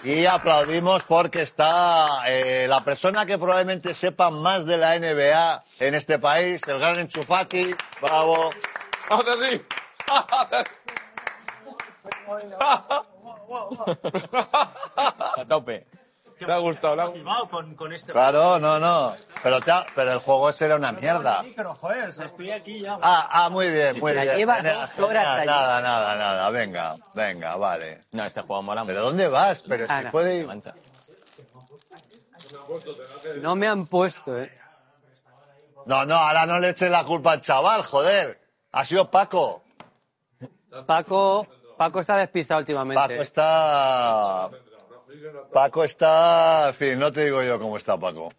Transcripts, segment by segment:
aquí aplaudimos porque está eh, la persona que probablemente sepa más de la NBA en este país, el gran Enchufaki. Bravo. Ahora sí. A tope. Te ha gustado, le ha gustado. Firmado con, con este. Claro, no, no. Pero, te ha- pero el juego ese era una mierda. Micro, joder, se- estoy aquí ya. Ah, ah, muy bien, muy La bien. lleva Venga, dos horas nada, allí. nada, nada, nada. Venga, venga, vale. No, este juego mola ¿Pero mucho. dónde vas? Pero si Ana. puede ir. Mancha. No me han puesto, ¿eh? No, no, ahora no le eches la culpa al chaval, joder. Ha sido Paco. Paco, Paco está despistado últimamente. Paco está. Paco está. En fin, no te digo yo cómo está Paco.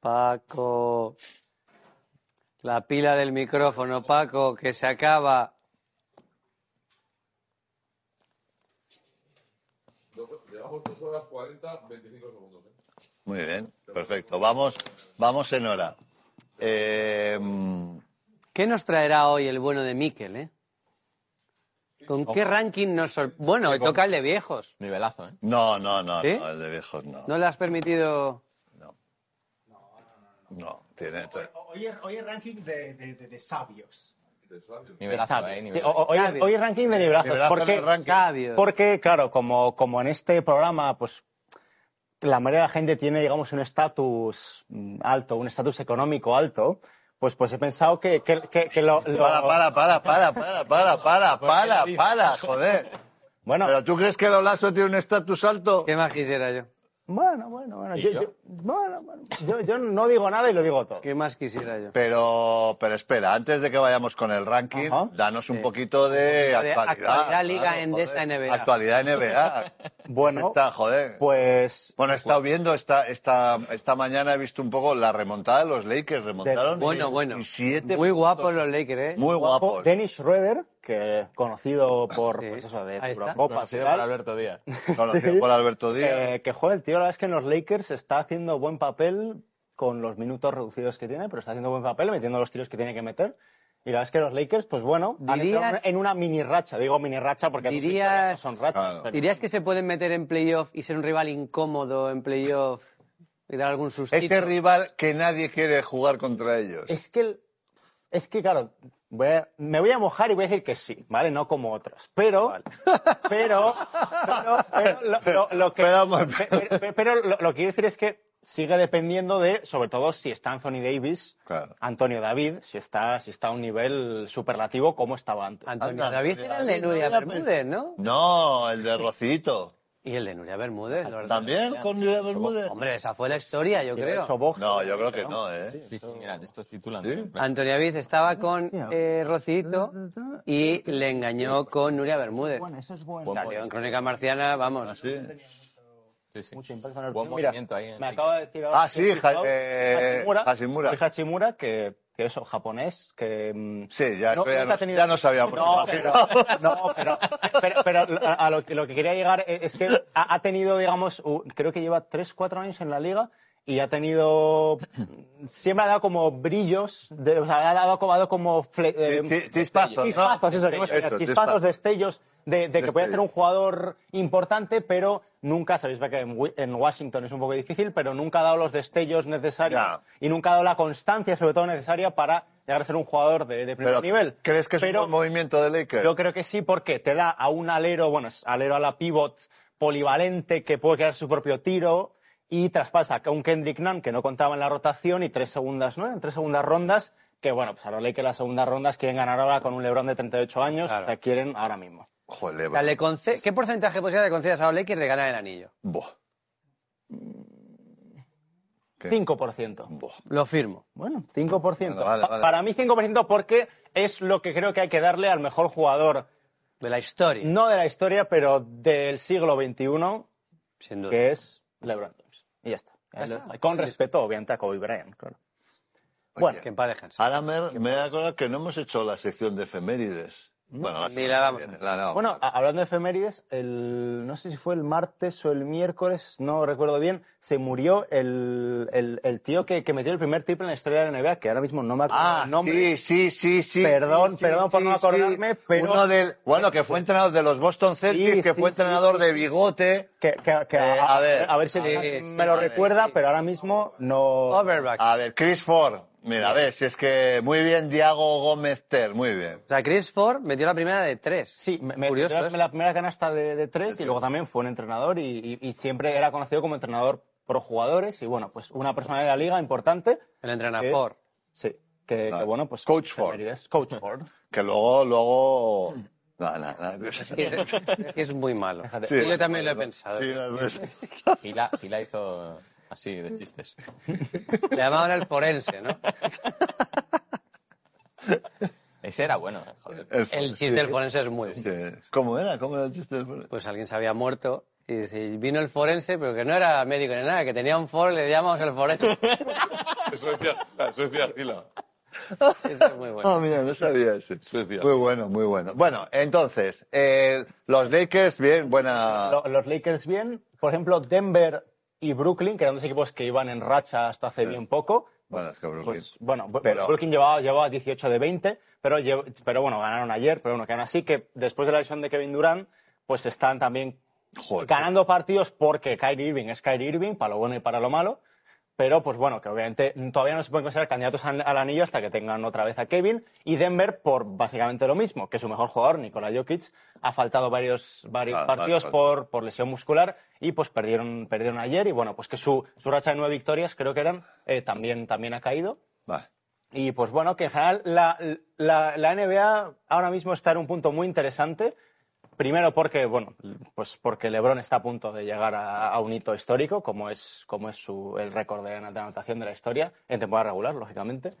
Paco. La pila del micrófono, Paco, que se acaba. Llevamos 2 horas 40, 25 segundos. ¿eh? Muy bien, perfecto. Vamos, vamos en hora. Eh, mm, ¿Qué nos traerá hoy el bueno de Miquel, eh? ¿Con qué ranking nos sor... Bueno, hoy toca el de viejos. Nivelazo, ¿eh? no, no, no, ¿Sí? no, el de viejos no. ¿No le has permitido...? No, tiene. Hoy es, hoy es ranking de, de, de, de sabios. Nivelazo, ¿eh? Sí, Nivelazo. o- o- hoy, Sabios. hoy el ranking de nivelazos. Nivelazo en porque, el ranking. Sabios. porque, claro, como, como en este programa, pues la mayoría de la gente tiene, digamos, un estatus mm, alto, un estatus económico alto, pues, pues he pensado que, que, que- que lo, lo- Para, para, para, para, para, para, para, para, para, joder. Bueno, ¿Pero tú crees que Lolaso tiene un estatus alto? ¿Qué más quisiera yo? bueno, bueno, bueno. ¿Y Yo, yo? yo- bueno, bueno, yo- yo no digo nada y lo digo todo. ¿Qué más quisiera yo? Pero, pero espera, antes de que vayamos con el ranking, Ajá. danos un poquito de actualidad. actualidad, Liga Endesa joder. NBA. Actualidad NBA. Bueno, Está, joder. pues Bueno, he estado viendo esta, esta, esta mañana, he visto un poco la remontada de los Lakers. Remontaron. Bueno, bueno. 17 Muy guapos los Lakers, ¿eh? este Muy guapos. Dennis Schroeder, que conocido por, Sí. pues eso, de Ahí está. Eurocopa Conocido por Alberto Díaz. Conocido por Alberto Díaz. Eh, que juega el tío, la verdad es que en los Lakers está haciendo buen papel con los minutos reducidos que tiene, pero está haciendo buen papel, metiendo los tiros que tiene que meter. Y la verdad es que los Lakers, pues bueno, han ¿Dirías- entrado en una mini racha. Digo mini racha porque tus ¿Dirías- victorias no son rachas. Claro. pero- ¿Dirías que se pueden meter en playoff y ser un rival incómodo en playoff y dar algún sustito? Ese rival que nadie quiere jugar contra ellos. Es que, el- es que claro, Eh, voy a- me voy a mojar y voy a decir que sí, ¿vale? No como otros. Pero, pero, pero, pero lo, lo- lo que, Pero, pero- pe- pe- pe- pero lo, lo que quiero decir es que sigue dependiendo de, sobre todo, si está Anthony Davis, Claro. Antonio David, si está, si está a un nivel superlativo como estaba antes. Antonio Anda, David David, era el de David, Nuria David, Bermúdez, ¿no? No, el de Rocito. Y el de Nuria Bermúdez. los- ¿También con Nuria Bermúdez? Hombre, esa fue la historia, yo De hecho, creo. Bojan- No, yo creo que no, ¿eh? Sí, sí, mira, estos titulan. ¿Sí? Ah, siempre. Antonio David estaba con eh, Rocito y le engañó con Nuria Bermúdez. Bueno, Ah, eso es bueno. Salió en Crónica Marciana, vamos. Sí. Sí, sí. Mucho impacto en el Buen partido. Mira, movimiento ahí. Me Enrique. acaba de decir Ah, sí, Koji Ja- Hashimura, eh, Hashimura. Koji Hashimura, que, que es un japonés, que... mm, Sí, ya, no- eso ya, nunca ha nos, tenido- ya nos habíamos No, pero, imaginado. no, pero, pero- pero a, a lo, que- lo que quería llegar e, es que ha, ha tenido, digamos, u- creo que lleva 3, 4 años en la liga y ha tenido, siempre ha dado como brillos, de, o sea, ha dado como, ha dado como fle- eh, Sí, sí, chispazos, ¿no? chispazos, eso, que hemos- Eso, chispazos, chispazos. destellos de, de que puede Destellos. ser un jugador importante, pero nunca, sabéis que en, Wi- en Washington es un poco difícil, pero nunca ha dado los destellos necesarios Ya. y nunca ha dado la constancia, sobre todo, necesaria para llegar a ser un jugador de, de primer Pero, nivel. ¿Crees que es Pero- un buen movimiento de Lakers? yo creo que sí, porque te da a un alero, bueno, es alero a la pivot polivalente que puede crear su propio tiro y traspasa a un Kendrick Nunn que no contaba en la rotación y tres segundas, ¿no? En tres segundas rondas, que bueno, pues a los Lakers las segundas rondas quieren ganar ahora con un LeBron de 38 años, Claro. la quieren ahora mismo. Joder, O sea, va. le conce- ¿Qué porcentaje de posibilidad le concedes a los Lakers de ganar el anillo? Buah, 5%. buah. Lo firmo. Bueno, 5%. Vale, vale, Pa- vale. Para mí 5% porque es lo que creo que hay que darle al mejor jugador, De la historia, no de la historia, pero del siglo XXI, sin duda. que es LeBron James. Y ya está. Con respeto, obviamente, a Kobe Bryant, claro. Bueno, Que en paz descanse. Ahora me, me he acordado que no hemos hecho la sección de efemérides. Bueno, la Ni la vamos a- La- no. Mm, Bueno, a- hablando de efemérides, el, no sé si fue el martes o el miércoles, no recuerdo bien, se murió el, el, el tío que, que metió el primer triple en la historia de la NBA, que ahora mismo no me acuerdo Ah, el nombre. sí, sí, sí, sí. Perdón, sí, sí, perdón por sí, no sí. acordarme, pero- Uno del, bueno, que fue entrenador de los Boston Celtics, Sí, que sí, fue sí, entrenador sí. de bigote. Que, que- que- Eh, a, a ver. a ver si me Sí, sí, lo sí, recuerda, sí. pero ahora mismo no. Overback. A ver, Chris Ford. Mira, a ver, si es que muy bien Diago Gómez Ter, muy bien. O sea, Chris Ford metió la primera de tres. Sí, me, me- Curioso me- ¿eh? esto. la primera canasta de, de tres y luego también fue un entrenador y, y- y siempre era conocido como entrenador pro jugadores y bueno, pues una persona de la liga importante. ¿eh? El Eh. entrenador. Sí, que, Claro. que, bueno, pues... Coach Ford. efemérides. Coach Ford. Que luego, luego. Mm. No, no, no. Pues Es, es muy malo. Sí. yo también lo he pensado. Sí, no, pues- Gila, Gila hizo así de chistes. Le llamaban el forense, ¿no? Ese era bueno, eh, joder. El chiste del forense es muy bueno. Sí. ¿Cómo era? ¿Cómo era el chiste del forense? Pues alguien se había muerto y dice, vino el forense, pero que no era médico ni nada, que tenía un foro, le llamamos el forense. Suecia, Suecia, Gila. Eso es muy bueno. Ah. No, mira, no sabía ese. Suecia. Muy bueno, muy bueno. Bueno, entonces, eh, los Lakers, bien, buena. Lo- los Lakers bien. Por ejemplo, Denver y Brooklyn, que eran dos equipos que iban en racha hasta hace bien poco. Bueno, es que Brooklyn. Pues, bueno, bu- Pero- Brooklyn llevaba, llevaba 18 de 20, pero, lle- pero bueno, ganaron ayer, pero bueno, que aún así que después de la lesión de Kevin Durant, pues están también Joder. ganando partidos porque Kyrie Irving es Kyrie Irving, para lo bueno y para lo malo. Pero, pues bueno, que obviamente todavía no se pueden considerar candidatos al al anillo hasta que tengan otra vez a Kevin. Y Denver, por básicamente lo mismo, que su mejor jugador, Nikola Jokic, ha faltado varios, varios Ah, vale, partidos vale. Por, por lesión muscular y pues perdieron, perdieron ayer. Y bueno, pues que su, su racha de nueve victorias, creo que eran, eh, también, también ha caído. Vale. Y pues bueno, que en general la, la, la NBA ahora mismo está en un punto muy interesante. Primero porque, bueno, pues porque LeBron está a punto de llegar a, a un hito histórico, como es, como es su, el récord de, ana- de anotación de la historia, en temporada regular, lógicamente.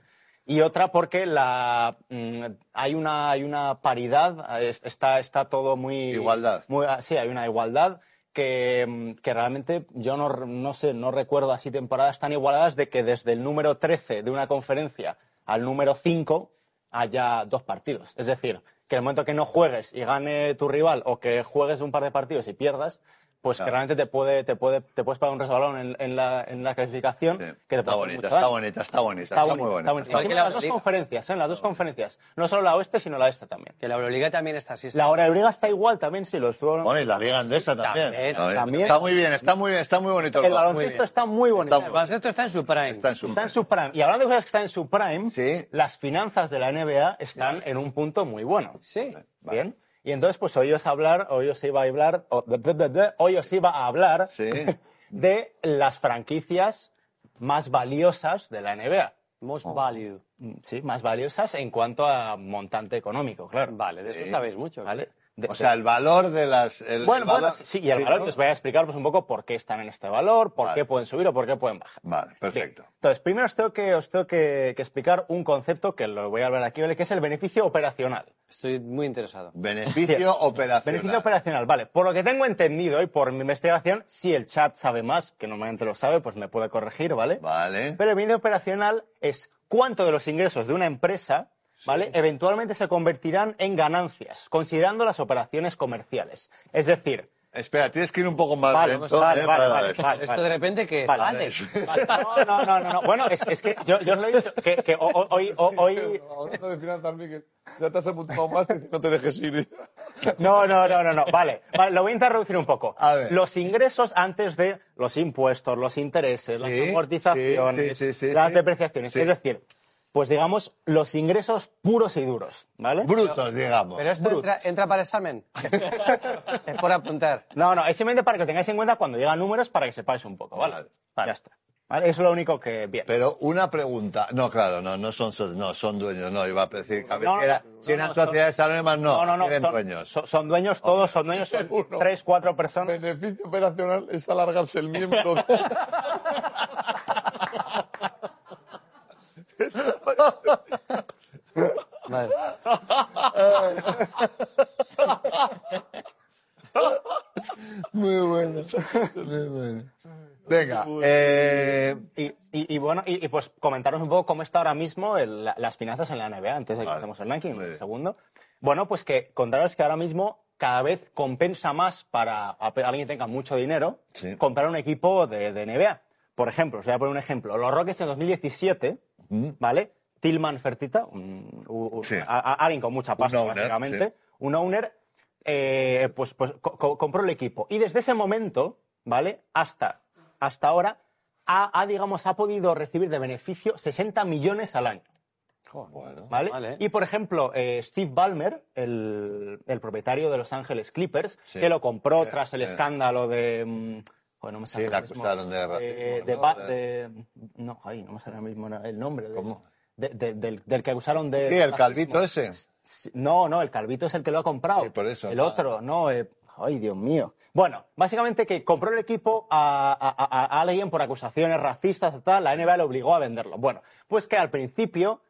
Y otra porque la, mm, hay, una, hay una paridad, es- está, está todo muy... Igualdad. muy- ah, sí, hay una igualdad que, mm, que realmente yo no, r- no sé, no recuerdo así temporadas tan igualadas de que desde el número 13 de una conferencia al número 5 haya dos partidos. Es decir, que el momento que no juegues y gane tu rival o que juegues un par de partidos y pierdas, pues Claro. que realmente te puede, te puede, te puedes pagar un resbalón en, en la, en la clasificación Sí. Está que te puede hacer bonita, mucho está daño. bonita, está bonita, está, Está muy bonito, bonita. está bonito. Igual que Encima la en las dos Euroliga. conferencias, ¿eh? en las dos conferencias. No solo la oeste, sino la este también. Que la Euroliga también está así. La hora de briga está igual también, si lo estuvo. Bueno, y la Liga Andesa también. También, A ver, también. Está muy bien, está muy bien, está muy bonito. el balón. baloncesto está muy bonito. El baloncesto está en su prime. Está en su... Está en su prime. Y hablando de cosas que están en su prime, Sí. las finanzas de la NBA están en un punto muy bueno. Sí. Bien. Y entonces, pues hoy os hablar, hoy os iba a hablar, o- de- de- de- de- hoy os iba a hablar Sí. de las franquicias más valiosas de la NBA. Most Oh. value. Sí, más valiosas en cuanto a montante económico, claro. Vale, de eso Sí. sabéis mucho. ¿Vale? De- O sea, el valor de las... el bueno, bueno, valor- sí, y el valor, ¿no? entonces voy a explicar pues, un poco por qué están en este valor, por Vale. qué pueden subir o por qué pueden bajar. Vale, perfecto. Bien. Entonces, primero os tengo, que, os tengo que, que explicar un concepto que lo voy a hablar aquí, ¿vale? que es el beneficio operacional. Estoy muy interesado. Beneficio Bien. operacional. Beneficio operacional, vale. Por lo que tengo entendido y por mi investigación, si el chat sabe más, que normalmente lo sabe, pues me puede corregir, ¿vale? Vale. Pero el beneficio operacional es cuánto de los ingresos de una empresa, ¿vale? Eventualmente se convertirán en ganancias, considerando las operaciones comerciales. Es decir, Espera, tienes que ir un poco más Vale, lento. vale, ¿eh? vale, para vale, esto. vale. Esto de repente que es Vale. vale. Vale, No, no, no, no, no. Bueno, es, es que yo, yo os lo he dicho, que, que ho- ho- hoy, ho- hoy... Ahora te final también que ya te has apuntado más que no te dejes ir. No, no, no, no, no. Vale, vale, lo voy a intentar reducir un poco. A ver. Los ingresos antes de los impuestos, los intereses, las Sí, amortizaciones, sí, sí, sí, las sí. depreciaciones. Sí. Es decir, pues digamos, los ingresos puros y duros, ¿vale? Brutos, digamos. Pero esto entra, entra para examen. es por apuntar. No, no, es simplemente para que lo tengáis en cuenta cuando llegan números para que sepáis un poco, ¿vale? Vale. Ya está. ¿Vale? Eso es lo único que... Bien. Pero una pregunta. No, claro, no, no son, so- no, son dueños, no, iba a decir. que a No, no, veces era- no, si eran no, son- sociedades anónimas, no. no, no, tienen son, dueños. son- son dueños todos, son dueños, son Seguro. tres, cuatro personas. Beneficio operacional es alargarse el miembro. Vale. Muy bueno. Muy bueno. Venga, eh, Y, y- Y bueno, y, y, pues comentaros un poco cómo está ahora mismo el- la- las finanzas en la NBA, antes de que Vale. hacemos el ranking, Muy un bien. segundo. Bueno, pues que contaros que ahora mismo cada vez compensa más para a- alguien que tenga mucho dinero Sí. comprar un equipo de, de NBA. Por ejemplo, os voy a poner un ejemplo. Los Rockets en 2017, ¿vale? Tillman Fertita, un- u- u- Sí. a- a- alguien con mucha pasta, owner, básicamente, sí. un owner, eh, pues, pues co- co- compró el equipo. Y desde ese momento, ¿vale? Hasta, hasta ahora, ha, ha, digamos, ha podido recibir de beneficio 60 millones al año. ¿vale? Vale. Y, por ejemplo, eh, Steve Ballmer, el, el propietario de Los Ángeles Clippers, Sí. que lo compró Eh, tras el eh. escándalo de... mm, joder, no me sale Sí, la ahora mismo. acusaron de Eh, racismo, de ¿no? ba- De- de- no, ay, no me sale ahora mismo el nombre. de- ¿Cómo? de- de- del, del que acusaron de... Sí, el racismo. calvito ese. Sí, No, no, el calvito es el que lo ha comprado. Sí, por eso, El ah. otro, no. eh, ay, Dios mío. Bueno, básicamente que compró el equipo a, a- a- a alguien por acusaciones racistas, tal, la NBA le obligó a venderlo. Bueno, pues que al principio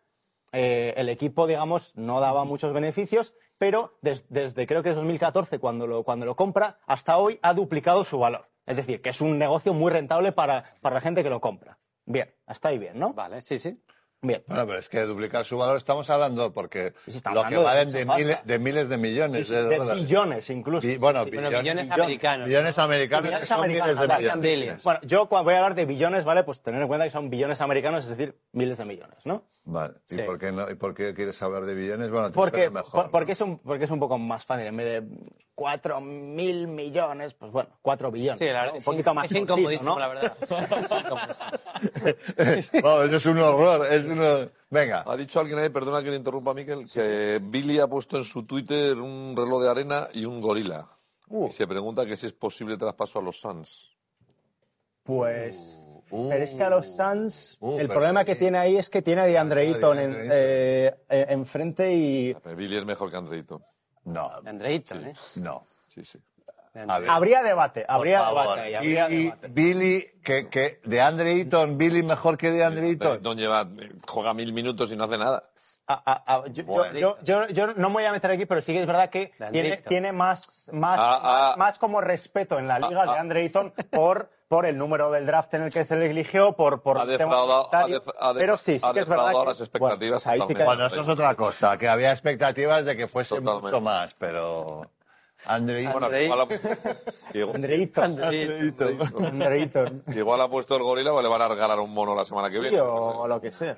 eh, el equipo, digamos, no daba muchos beneficios, pero des- desde creo que es 2014, cuando lo, cuando lo compra, hasta hoy ha duplicado su valor. Es decir, que es un negocio muy rentable para, para la gente que lo compra. Bien, hasta ahí bien, ¿no? Vale, sí, sí. Bien. Bueno, pero es que duplicar su valor estamos hablando porque Sí, sí, estamos lo que hablando de valen mucha de, pasta. miles, de miles de millones Sí, sí, de de dólares. billones incluso. Bi- bueno, Sí. billones, Bueno, millones Millones. americanos. millones americanos Billones que son americanos, miles de vale. millones. Billions. Bueno, yo cuando voy a hablar de billones, ¿vale? Pues tener en cuenta que son billones americanos, es decir, miles de millones, ¿no? Vale. ¿Y, Sí. por qué no, ¿Y por qué quieres hablar de billones? Bueno, te Porque, espero mejor. por- porque, es un, porque es un poco más fácil. En vez de 4 mil millones, pues bueno, 4 billones. Sí, la ¿no? verdad, Un es poquito in- más Es cortito, incomodísimo, ¿no? la verdad. Es incomodísimo. Vamos, es un horror. Es un horror. Venga. Ha dicho alguien ahí, perdona que le interrumpa, Miquel, que Billy ha puesto en su Twitter un reloj de arena y un gorila. Uh. Y se pregunta que si es posible traspaso a los Suns. Pues. Uh, pero es que a los Suns, uh, el pero problema que sí. tiene ahí es que tiene a DeAndre Ah, Ayton en, DeAndre eh, eh, enfrente y. Pero Billy es mejor que Andreito. No, De Andreito, ¿eh? no. Sí, sí. De A ver. Habría debate, Por habría favor. debate. ahí, Y, habría y debate. Billy, que, que de Andre Eaton, Billy mejor que de Andre Eaton. Andreito lleva, eh, juega mil minutos y no hace nada. A- a- a- yo, yo- Bueno. yo, yo- yo no me voy a meter aquí, pero sí que es verdad que De tiene, Andreyton. tiene más, más, Ah, ah. más, más como respeto en la liga Ah, ah. de Andre Ayton por, por el número del draft en el que se le eligió, por, por Ha el tema defraudado- monetario. ha def- ha def- pero sí, sí ha que es verdad. defraudado que- las expectativas bueno, ahí sí que- totalmente. Bueno, eso es otra cosa, que había expectativas de que fuese Totalmente. mucho más, pero Andre Eaton- Bueno, Andrei- igual, ha, igual- Andre Ayton, Andreito. Andre Eaton. pues, Andre Ayton, igual ha puesto el gorila o le van a regalar un mono la semana que viene. tío, o lo que sea.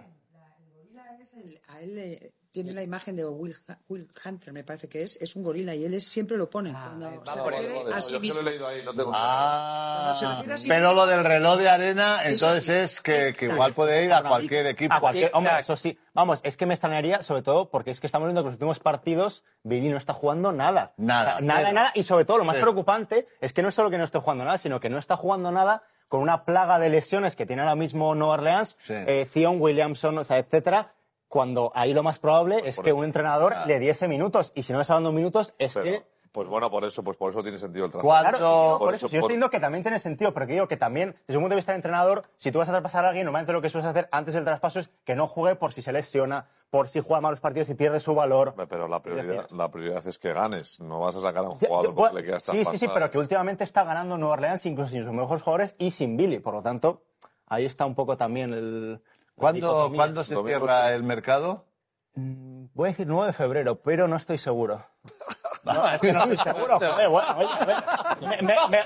gorila es el- a él le- tiene la imagen de Will, Ha- Will Hunter, me parece que es, es un gorila y él es- siempre lo pone. Ah, cuando vale, se No, vale, refiere vale, no, a sí yo es que lo he mismo. leído ahí, no tengo- Ah, Se refiere así. pero lo del reloj de arena, Eso entonces sí. es que, que igual puede ir a cualquier equipo. A cualquier, hombre, Tic-tac. eso sí. Vamos, es que me extrañaría, sobre todo, porque es que estamos viendo que en los últimos partidos Billy no está jugando nada. Nada, O sea, nada, cero. nada. Y sobre todo, lo más Cero. preocupante es que no es solo que no esté jugando nada, sino que no está jugando nada con una plaga de lesiones que tiene ahora mismo Nueva Orleans, Sí. eh, Zion, Williamson, o sea, etcétera. Cuando ahí lo más probable Pues es que un entrenador Ah. le diese minutos. Y si no le está dando minutos, es Pero, que. pues bueno, por eso, pues por eso tiene sentido el trabajo. Cuando, Claro, sí, no, Por por eso, eso, yo por- estoy diciendo que también tiene sentido, pero que digo que también, desde un punto de vista del entrenador, si tú vas a traspasar a alguien, normalmente lo que sueles hacer antes del traspaso es que no juegue por si se lesiona, por si juega malos partidos y pierde su valor. Hombre, Pero la prioridad, decir- la prioridad es que ganes. No vas a sacar a un Sí, jugador yo- porque le queda esta sí, sí, sí, pasada. pero que últimamente está ganando Nueva Orleans incluso sin sus mejores jugadores y sin Billy, por lo tanto, ahí está un poco también el... la ¿Cuándo, dicotomía. ¿cuándo se Domingo, cierra el mercado? Mm, Voy a decir 9 de febrero, pero no estoy seguro. No, es que no estoy seguro, joder, bueno, oye, a ver. Me- me- me-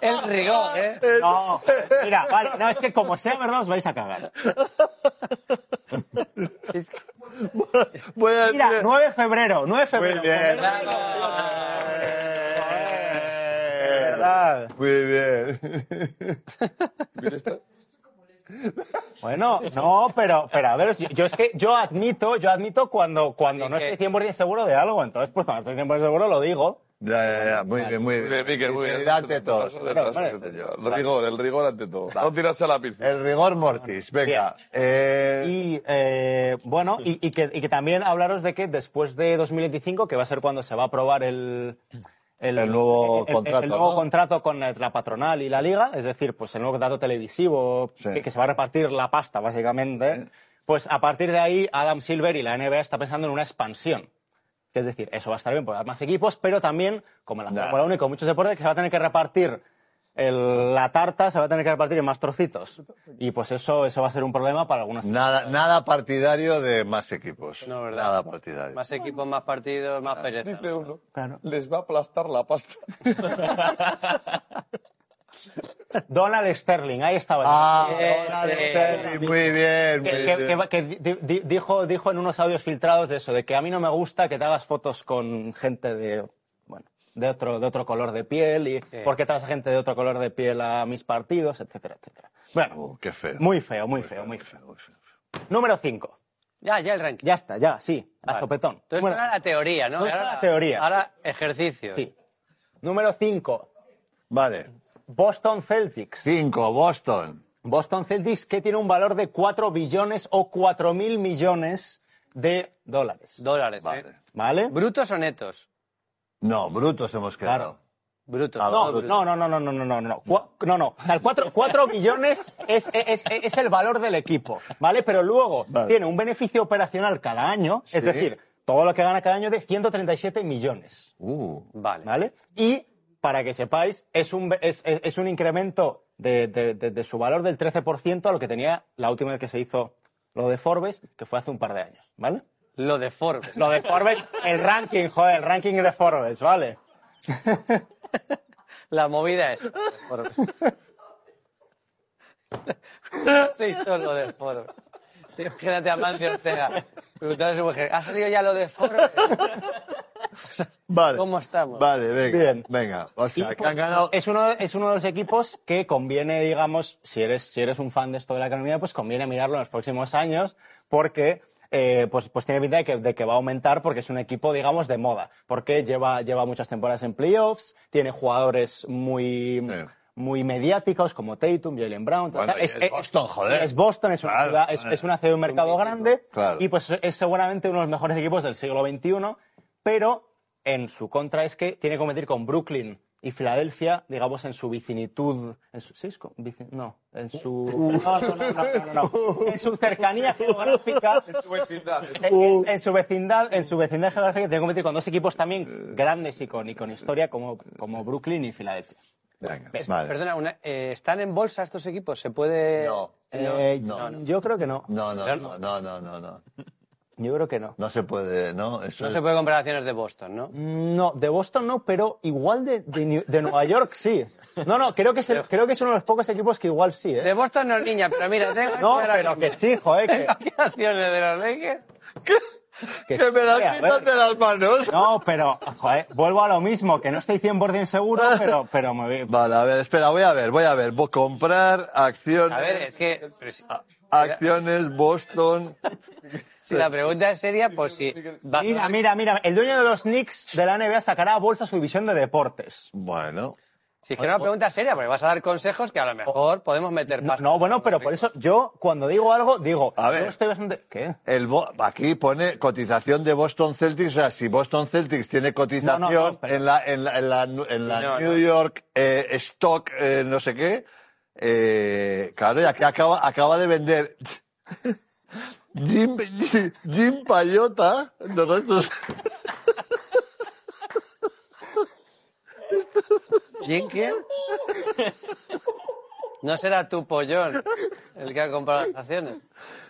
El rigor, ¿eh? No, mira, vale, no, es que como sea verdad os vais a cagar. Voy a Mira, decir- 9 de febrero, Muy 9 de febrero. bien. De verdad. Muy bien. Bueno, no, pero, pero a ver, yo, yo es que yo admito, yo admito cuando, cuando no ¿Y qué? estoy 100% seguro de algo, entonces pues cuando estoy 100% seguro lo digo. Ya, ya, ya. Muy bien, muy Muy bien, bien. Eh, Miquel, muy bien. Sinceridad ante todos. Claro, claro. El rigor, el rigor ante todo. No tirarse a la piscina. El rigor mortis, venga. Eh, Y eh, bueno, y, y que, y que también hablaros de que después de 2025, que va a ser cuando se va a aprobar el, El nuevo el- el- contrato, el nuevo ¿no? contrato con eh, la patronal y la liga, es decir, pues el nuevo contrato televisivo, Sí. que, que se va a repartir la pasta básicamente, pues a partir de ahí Adam Silver y la NBA está pensando en una expansión. Es decir, eso va a estar bien por dar más equipos, pero también, como en la Nah. Fórmula 1 y con muchos deportes, que se va a tener que repartir el- la tarta se va a tener que repartir en más trocitos. Y pues eso, eso va a ser un problema para algunas. Nada, nada partidario de más equipos. No, ¿verdad? Nada partidario. Más equipos, más partidos, más pereza. Dice uno, Claro. les va a aplastar la pasta. Donald Sterling, ahí estaba. Ah, Eh, Donald eh, Sterling, muy bien, muy que, que- bien. que- que di- di- dijo, dijo en unos audios filtrados de eso, de que a mí no me gusta que te hagas fotos con gente de, bueno, de otro, de otro color de piel y Sí. por qué traes a gente de otro color de piel a mis partidos, etcétera, etcétera. Bueno, Oh, qué feo. muy feo, muy feo, muy feo. Número 5. Ya, ya el ranking. Ya está, ya, sí, a Vale. sopetón. Entonces, Número- ahora la teoría, ¿no? Entonces, Ahora la teoría. Ahora ejercicio. sí. Número 5. Vale. Boston Celtics. Cinco, Boston. Boston Celtics que tiene un valor de 4 billones o 4 mil millones de dólares. Dólares, ¿eh? Vale. ¿Vale? ¿Brutos o netos? No, brutos hemos quedado. Brutos. Ah, No, brutos. no, no, no, no, no, no, no, no, Cua- no, no. O sea, 4, billones es, es, es el valor del equipo, ¿vale? Pero luego Vale. tiene un beneficio operacional cada año, es Sí. decir, todo lo que gana cada año de 137 millones, Uh, Vale. ¿vale? Y, para que sepáis, es un, be- es, es- es un incremento de, de- de- de su valor del 13% a lo que tenía la última vez que se hizo lo de Forbes, que fue hace un par de años, ¿vale? Lo de Forbes. Lo de Forbes, el ranking, joder, el ranking de Forbes, ¿vale? La movida es. lo de Forbes. Se hizo lo de Forbes. Tío, Quédate a Mancio Ortega. Preguntarle a su mujer. ¿Ha salido ya lo de Forbes? vale. ¿Cómo estamos? Vale, venga. Bien. Venga. O sea, Y, que pues, han ganado. es, uno, es uno de los equipos que conviene, digamos, si eres, si eres un fan de esto de la economía, pues conviene mirarlo en los próximos años porque eh, pues, pues tiene pinta de que, de que va a aumentar porque es un equipo, digamos, de moda. Porque lleva, lleva muchas temporadas en playoffs, tiene jugadores muy... Sí. Muy mediáticos como Tatum, Jalen Brown. tal, Bueno, tal. y es Boston, joder. Es Boston, es una, Claro, ciudad- es, joder. es una ciudad de un mercado grande Claro. y pues es seguramente uno de los mejores equipos del siglo XXI, pero en su contra es que tiene que competir con Brooklyn y Filadelfia, digamos, en su vicinitud, en su, ¿sí es con- vici- no, en su, no, no, no, no, no, Uh. no. en su cercanía geográfica, en, en su vecindad, en su vecindad geográfica tiene que competir con dos equipos Eh. también grandes y con, y con historia como, como Brooklyn y Filadelfia. Venga, vale. Perdona, una- eh, ¿están en bolsa estos equipos? ¿Se puede...? No. Eh, no, no. Yo creo que no, No, no, no, no, no, no, no. yo creo que no. No se puede, ¿no? Eso No es- se puede comprar acciones de Boston, ¿no? ¿Eh? No, de Boston no, pero igual de, de, New- de Nueva York sí. No, no, creo que, es el- creo que es uno de los pocos equipos que igual sí, De ¿eh? Boston no es niña, pero mira, tengo aquí No, ahora pero mismo. que sí, joder. Que, Tengo aquí acciones de los Lakers. que Que me sí, las a ver. quitan de las manos. No, pero, joder, vuelvo a lo mismo, que no estoy 100% seguro, pero, pero me voy. Vale, a ver, espera, voy a ver, voy a ver. Voy a comprar acciones. A ver, es que pero si, a- acciones Boston. si la pregunta es seria, pues sí. Va- Mira, mira, mira, el dueño de los Knicks de la NBA sacará a bolsa su división de deportes. Bueno. Si es que era una pregunta seria, porque vas a dar consejos que a lo mejor podemos meter No, más. no, bueno, pero por eso yo cuando digo algo, digo, A ver. yo estoy bastante... ¿Qué? El Bo- aquí pone cotización de Boston Celtics. O sea, si Boston Celtics tiene cotización No, no, no, pero- en la, en la, en la, en la No, New no. York eh, Stock, eh, no sé qué, eh, claro, y aquí acaba, acaba de vender Jim, Jim Payota. Nosotros, ¿Jenkins? No será tu pollón el que ha comprado las acciones.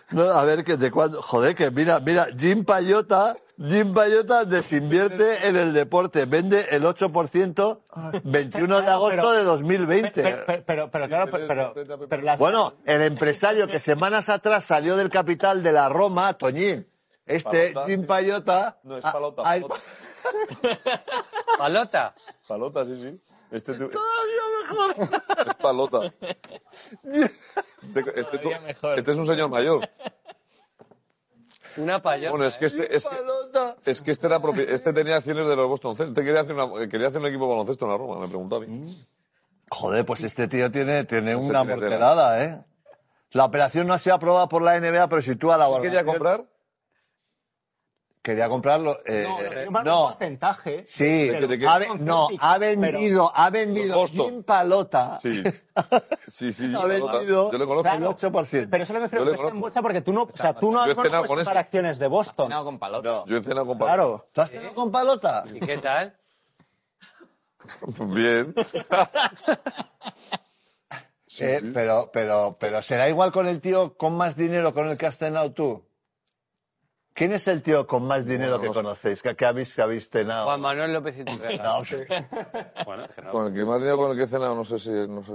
no, a ver, que de cuándo. Joder, que mira, mira, Jim Payota. Jim Payota desinvierte en el deporte, vende el 8% 21 de agosto de 2020. Pero, pero, pero, pero claro, pero... pero, pero las- Bueno, el empresario que semanas atrás salió del capital de la Roma, Toñín, este Palota. Jim Payota... No, es ah, palota. ay, Palota, Palota. Eh, palota sí, sí. Este tu- todavía mejor. es palota. Este, este tu- este es un señor mayor. Una payota. Bueno, es que este, es, que- Palota. es que este, era propi- este tenía acciones de los Boston Celtics. Este quería hacer, una- quería hacer un equipo de baloncesto en la Roma, me preguntó a mí. Joder, pues este tío tiene, tiene una tiene tela. morterada, ¿eh? La operación no ha sido aprobada por la NBA, pero si tú a la ¿Qué quería comprar? Quería comprarlo. eh, No, no, eh, no, no. un porcentaje. Sí, ¿De qué- de qué? ha, ve- no, ha Pero- vendido, ha vendido Boston. Jim Palota. Sí. Sí, sí. Ha palota. vendido Yo le conozco. el 8%. Pero eso lo que refiero Yo le que está en conozco. bolsa porque tú no, o sea, tú no Yo he has cenado con comprar este. acciones de Boston. No, con palota. Yo he cenado con Claro. ¿Tú has tenido con Palota? ¿Y qué tal? Bien. Eh, pero, pero, pero será igual con el tío con más dinero con el que has cenado tú. ¿Quién es el tío con más dinero que conocéis, que, que habéis, que habéis cenado? Juan Manuel López y Torrega. No, Bueno, es que no. Con el que más dinero con el que he cenado, no sé si. No sé.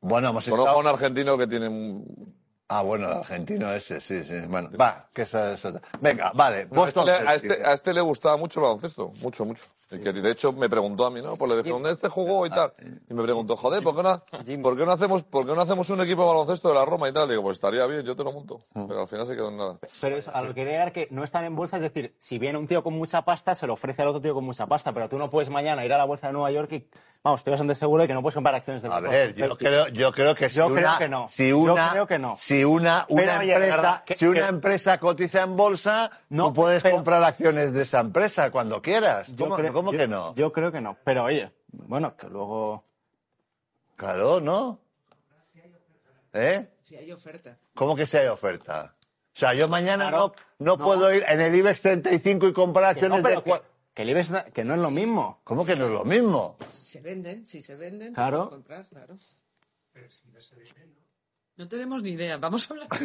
Bueno, hemos Conozco a estado... un argentino que tiene. un- Ah, bueno, el argentino ese, sí, sí. Bueno, va, que esa es otra. Venga, vale. A Boston este, le, a, este, Celtics. a este le gustaba mucho el baloncesto, mucho, mucho. Y que, de hecho me preguntó a mí, ¿no? Pues le dije, ¿dónde este jugó eh, y ah, tal? Y me preguntó, joder, ¿por qué no, ¿por qué no, hacemos, por qué no hacemos un equipo de baloncesto de la Roma y tal? Digo, pues estaría bien, yo te lo monto. Ah. Pero al final se quedó en nada. Pero es a lo que quería llegar que no están en bolsa, es decir, si viene un tío con mucha pasta, se lo ofrece al otro tío con mucha pasta, pero tú no puedes mañana ir a la bolsa de Nueva York y, vamos, estoy bastante seguro de que no puedes comprar acciones del A Boston ver, yo Celtics. creo, yo creo que si Yo una, creo que no. si Yo una, creo que no. si una, una Pero, oye, de empresa, verdad, que- si una que- empresa cotiza en bolsa, No, tú puedes pero- comprar acciones de esa empresa cuando quieras. Yo ¿Cómo, creo- cómo yo- que no? Yo creo que no, pero oye, bueno, que luego... Claro, ¿no? ¿Eh? Si hay oferta. ¿Cómo que si hay oferta? O sea, yo mañana Claro, no, no, no. puedo ir en el IBEX 35 y comprar Que acciones no, pero de... que, cua- que el IBEX na- que no es lo mismo. ¿Cómo que no es lo mismo? Si se venden, si se venden, Claro. pueden comprar, claro. Pero si no se venden, ¿no? No tenemos ni idea, vamos a hablar.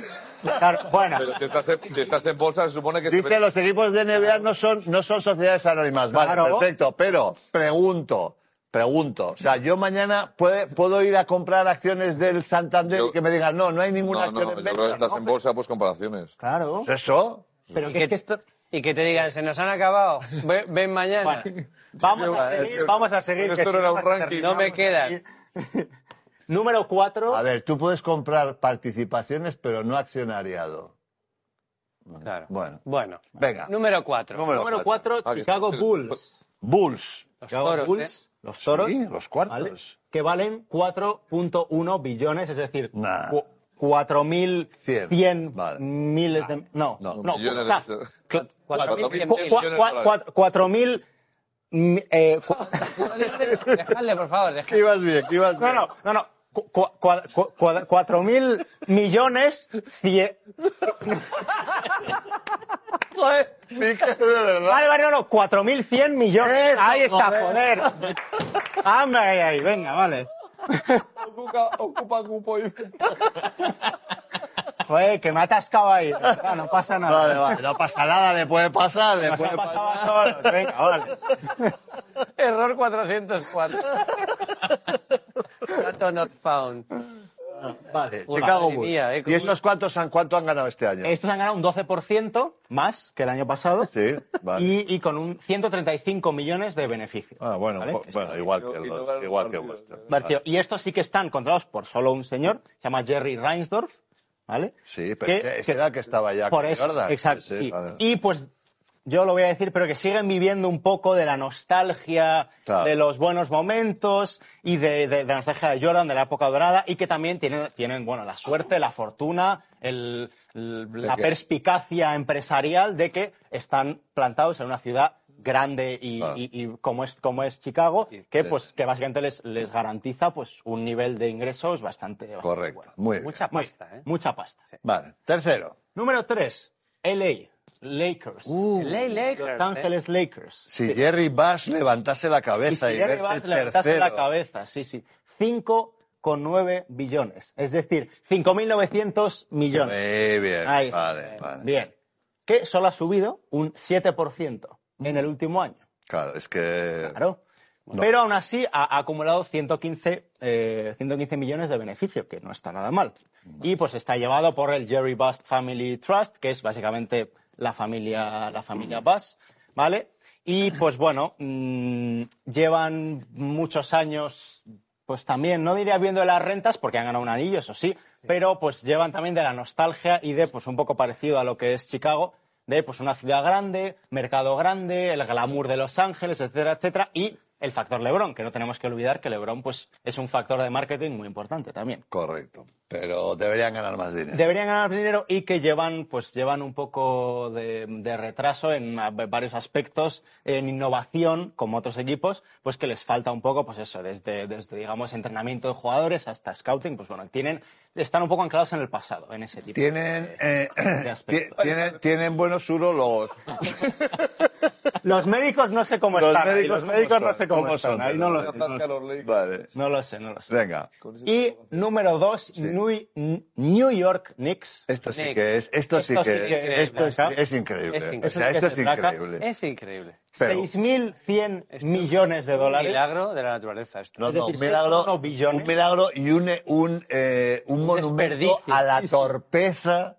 Claro, bueno, Pero si estás en, si estás en bolsa, se supone que... se Dice, los equipos de NBA no son, no son sociedades anónimas. Vale, Claro. perfecto. Pero, pregunto, pregunto. O sea, yo mañana puede- puedo ir a comprar acciones del Santander Yo- y que me digan, no, no hay ninguna no, acción no, en yo creo que venta. estás ¿no? en bolsa, pues comparaciones. claro. Pues eso. Pero Y que, que- es que esto... Y que te digan, se nos han acabado, ve- ven mañana. Bueno, vamos a seguir, vamos a seguir. Esto que no si era un vas a ranking. terminar, No me vamos a seguir. Número A 4. ver, tú puedes comprar participaciones, pero no accionariado. Claro. Bueno, Bueno. venga. Número cuatro. Número Número cuatro. 4, Ah, que- Chicago Bulls. Bulls. ¿eh? Los ¿eh? Chicago toros, Bulls, los toros. Sí, los cuartos. ¿vale? Que valen 4.1 billones, es decir, Nah. cu- 4.100 Cien, vale. miles de... No, No, no, o billones sea, de- cla- Cuatro mil cien cu- mil. cua- millones de cua- dólares. cuatro- 4.000... mm, eh, cu- ¿eh? Dejadle, por favor, Que dejadle. ibas bien, que ibas No, bien. no, no, no. Cu- cua- cua- cua- cua- Cuatro mil millones cien... Joder, sí que de verdad. Vale, vale, no, no, 4.100 millones. Eso, ahí está, joder. joder. Hombre, ahí, ahí, venga, vale. Ocupa, ocupa cupo y... Joder, que me ha atascado ahí. de verdad, No pasa nada. Vale, vale, no pasa nada, le puede pasar, le Nos puede ha pasado pasar. a todos, venga, vale. Error 404. Dato not found. Vale, Madre Chicago Bulls. mía, eh, ¿Y cómo- estos cuántos han, cuánto han ganado este año? Estos han ganado un 12% más que el año pasado. Sí, vale. Y, y con un 135 millones de beneficio. Ah, bueno, ¿Vale? po- bueno, igual que el, Y no ganan igual que el partidos, vuestro. Vertido. Y estos sí que están controlados por solo un señor, se llama Jerry Reinsdorf, ¿vale? Sí, pero Que- ese, ese que- era el que estaba ya Por con eso, Jordan. exacto. Sí, sí. vale. Y pues yo lo voy a decir, pero que siguen viviendo un poco de la nostalgia Claro. de los buenos momentos y de, de- de la nostalgia de Jordan, de la época dorada, y que también tienen, tienen bueno, la suerte, la fortuna, el- el- la que- perspicacia empresarial de que están plantados en una ciudad grande y, Claro. y- y como es como es Chicago que sí. pues que básicamente les, les garantiza pues un nivel de ingresos bastante, bastante Correcto. bueno. Muy bien. Mucha pasta, ¿eh? mucha pasta Vale, tercero. Número 3, LA, Lakers. Uh. Ley Lakers, Los ¿eh? Ángeles Lakers. Si Jerry Bass levantase la Y cabeza si y, Jerry verse Vance le levantase la tercero. cabeza, sí, sí. 5,9 billones. Es decir, 5.900 millones. Muy bien, Ahí. vale, vale. Bien. Que solo ha subido un 7% en el último año. Claro, es que... Claro. Pero aún así ha ha acumulado 115, eh, 115 millones de beneficio, que no está nada mal. Y pues está llevado por el Jerry Bust Family Trust, que es básicamente la familia, la familia Bust, ¿vale? Y pues bueno, mm, llevan muchos años, pues también, no diría viendo las rentas, porque han ganado un anillo, eso sí, pero pues llevan también de la nostalgia y de pues un poco parecido a lo que es Chicago, de pues una ciudad grande, mercado grande, el glamour de Los Ángeles, etcétera, etcétera, y el factor LeBron, que no tenemos que olvidar que LeBron pues es un factor de marketing muy importante también. Correcto. Pero deberían ganar más dinero. Deberían ganar dinero y que llevan pues llevan un poco de, de retraso en a- varios aspectos en innovación como otros equipos, pues que les falta un poco pues eso, desde desde digamos entrenamiento de jugadores hasta scouting, pues bueno, tienen están un poco anclados en el pasado, en ese tipo. Tienen, eh, de aspecto. ti- tienen, tienen buenos urólogos. Los médicos no sé cómo Los están. ahí, médicos Los cómo médicos no son, sé cómo, cómo están. son, ahí no lo pero- sé, no lo sé. Vale. No lo sé, no lo sé. Venga. Y número dos, New, New York Knicks. Esto sí Nick. que es, esto sí Esto sí que que esto es, es- es increíble. Es O sea, increíble. esto es Se traca. increíble. Es increíble. Pero- 6.100 millones de Un dólares. milagro de la naturaleza. Esto. No, Es no, decir, un milagro, 6,1 billones. un milagro y un, un, eh, un monumento desperdicio. a la Sí, sí. torpeza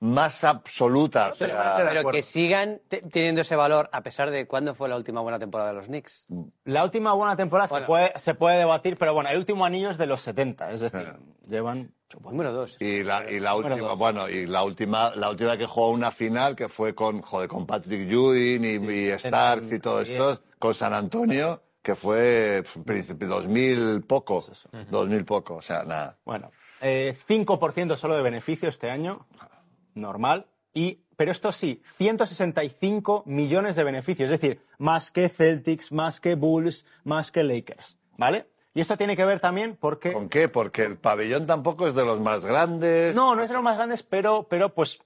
más absoluta. O Pero, sea, pero que sigan te- teniendo ese valor a pesar de cuándo fue la última buena temporada de los Knicks. La última buena temporada Bueno. se, puede, se puede debatir, pero bueno, el último anillo es de los 70, es decir, llevan... Número dos. Y la, y la Número última, dos. bueno, y la última, la última que jugó una final que fue con, joder, con Patrick Ewing y, y Starks y todo bien. esto, con San Antonio, que fue Mm. pf, principio 2000 poco, Pues 2000 poco, o sea, nada. Bueno, eh, 5% solo de beneficio este año, normal, y, pero esto sí, 165 millones de beneficios, es decir, más que Celtics, más que Bulls, más que Lakers, ¿vale? Y esto tiene que ver también porque... ¿Con qué? Porque el pabellón tampoco es de los más grandes. No, no es de los más grandes, pero, pero pues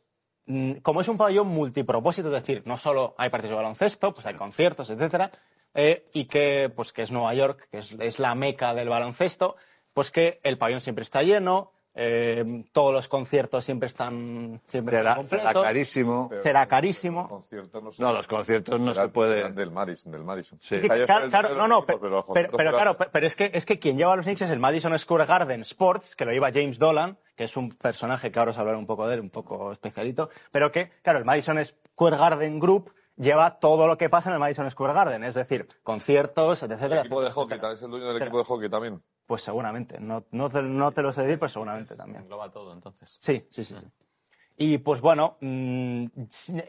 mm, como es un pabellón multipropósito, es decir, no solo hay partidos de baloncesto, pues hay conciertos, etcétera, eh, y que pues que es Nueva York, que es, es la meca del baloncesto, pues que el pabellón siempre está lleno, eh, todos los conciertos siempre están siempre será, están será completos, carísimo. será carísimo. Conciertos no sé. No, los conciertos no se puede. Del Madison, del Madison. Sí. Sí, Ahí está claro, el- claro, no, no, pero, los pero- conciertos pero claro, gratis. pero es que, es que quien lleva a los Knicks es el Madison Square Garden Sports, que lo lleva James Dolan, que es un personaje que ahora os hablaré un poco de él, un poco especialito, pero que, claro, el Madison Square Garden Group lleva todo lo que pasa en el Madison Square Garden, es decir, conciertos, El etcétera. equipo de hockey, etcétera. tal, es el dueño del equipo de hockey también. Pues seguramente, no, no, te, no te lo sé decir, pero seguramente también. Engloba todo, entonces. Sí, sí, sí. sí. Y pues bueno, mm,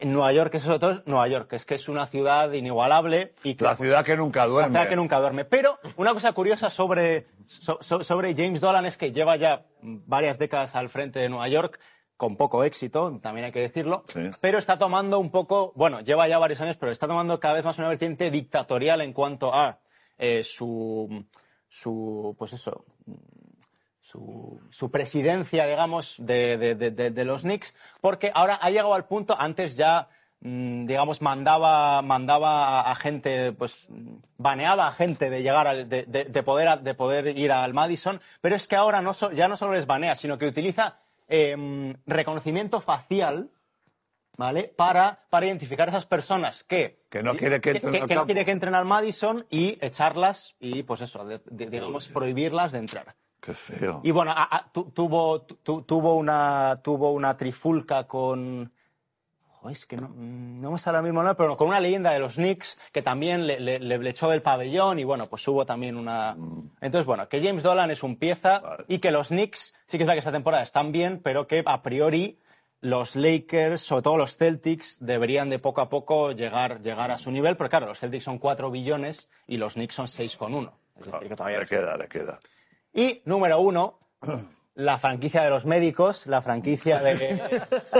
Nueva York es otro, Nueva York, es que es una ciudad inigualable y que La ciudad que nunca pues la duerme. ciudad que nunca duerme. Pero una cosa curiosa sobre, so- so- sobre James Dolan es que lleva ya varias décadas al frente de Nueva York, con poco éxito, también hay que decirlo, Sí. pero está tomando un poco, bueno, lleva ya varios años, pero está tomando cada vez más una vertiente dictatorial en cuanto a eh, su, su, pues eso, su, su presidencia, digamos, de, de- de- de- de los Knicks, porque ahora ha llegado al punto, antes ya, mm, digamos, mandaba, mandaba a- a gente, pues, mm, baneaba a gente de llegar al, de, de- de poder, a- de poder ir al Madison, pero es que ahora no so- ya no solo les banea, sino que utiliza em, reconocimiento facial, ¿vale? Para, para identificar a esas personas que... Que no quiere que entren al que no campo. quiere que entren al Madison y echarlas y, pues eso, de- de- digamos, prohibirlas de entrar. Qué feo. Y bueno, a- a- tu- tuvo, tu- tuvo, una, tuvo una trifulca con. Joder, es que no, no me sale ahora mismo, no, pero con una leyenda de los Knicks que también le, le- le- le echó del pabellón y bueno, pues hubo también una. Entonces, bueno, que James Dolan es un pieza y que los Knicks, sí que es verdad que esta temporada están bien, pero que a priori los Lakers, sobre todo los Celtics, deberían de poco a poco llegar, llegar a su nivel, pero claro, los Celtics son 4 billones y los Knicks son 6,1. Es decir, que todavía le queda, le queda. y número uno, la franquicia de los médicos, la franquicia de-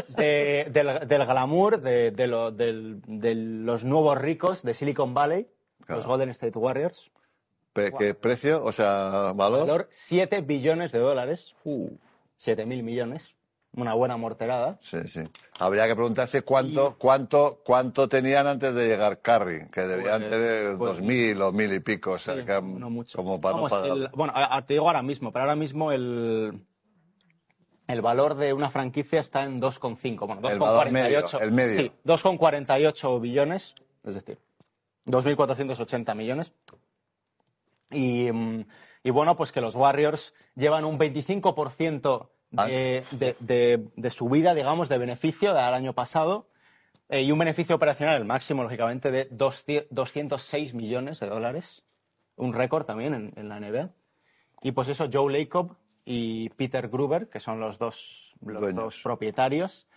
de- del, del glamour, de, de lo- del- de los nuevos ricos de Silicon Valley, Claro. los Golden State Warriors. Pe- ¿Qué precio? O sea, valor. Valor 7 billones de dólares, 7 mil millones, una buena morterada. Sí, sí. Habría que preguntarse cuánto, cuánto, cuánto tenían antes de llegar Carrie, que debían Pues, tener pues, dos mil o mil y pico, o sea, Sí, que, no mucho. como para no Vamos, pagar. el- bueno, a- a- te digo ahora mismo, pero ahora mismo el, el valor de una franquicia está en 2,5. Bueno, El valor medio, 2,48. el medio. Sí, 2,48 billones, es decir, 2.480 millones. Y, mm, y bueno, pues que los Warriors llevan un 25% Ah. de, de, de, de subida, digamos, de beneficio al año pasado. eh, y un beneficio operacional, el máximo, lógicamente, de 200 206 millones de dólares. Un récord también en, en la NBA. Y pues eso, Joe Lacob y Peter Gruber, que son los dos, los Dueños. dos propietarios,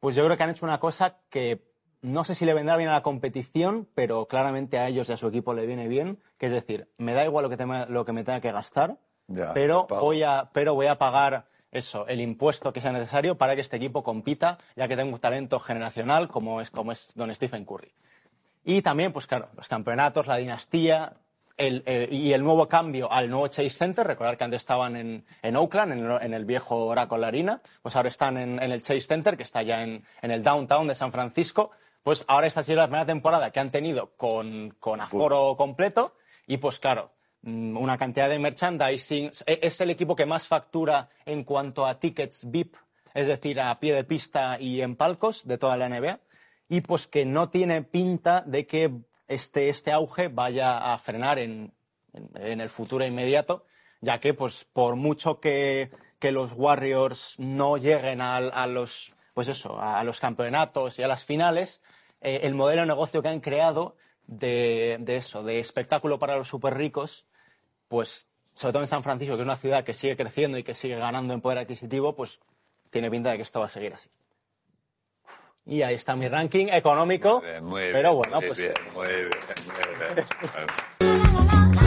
pues yo creo que han hecho una cosa que no sé si le vendrá bien a la competición, pero claramente a ellos y a su equipo le viene bien, que es decir, me da igual lo que, tema- lo que me tenga que gastar, Ya, pero, pago. voy a, pero voy a pagar eso, el impuesto que sea necesario para que este equipo compita, ya que tengo un talento generacional como es, como es Don Stephen Curry. Y también, pues claro, los campeonatos, la dinastía el- el- y el nuevo cambio al nuevo Chase Center. Recordar que antes estaban en, en Oakland, en, el- en el viejo Oracle Arena. Pues ahora están en, en el Chase Center, que está ya en, en el downtown de San Francisco. Pues ahora esta ha sido la primera temporada que han tenido con, con aforo completo y pues claro, mm, una cantidad de merchandising. E- Es el equipo que más factura en cuanto a tickets VIP, es decir, a pie de pista y en palcos de toda la NBA. Y pues que no tiene pinta de que este, este auge vaya a frenar en, en- en el futuro inmediato, ya que pues por mucho que, que los Warriors no lleguen al- a, los pues eso, a los campeonatos y a las finales, eh, el modelo de negocio que han creado de, de eso, de espectáculo para los super ricos, pues sobre todo en San Francisco, que es una ciudad que sigue creciendo y que sigue ganando en poder adquisitivo, pues tiene pinta de que esto va a seguir así. Y ahí está mi ranking económico. pues, Muy bien, muy bien, pero bueno, muy pues bien, muy bien, muy bien. la la la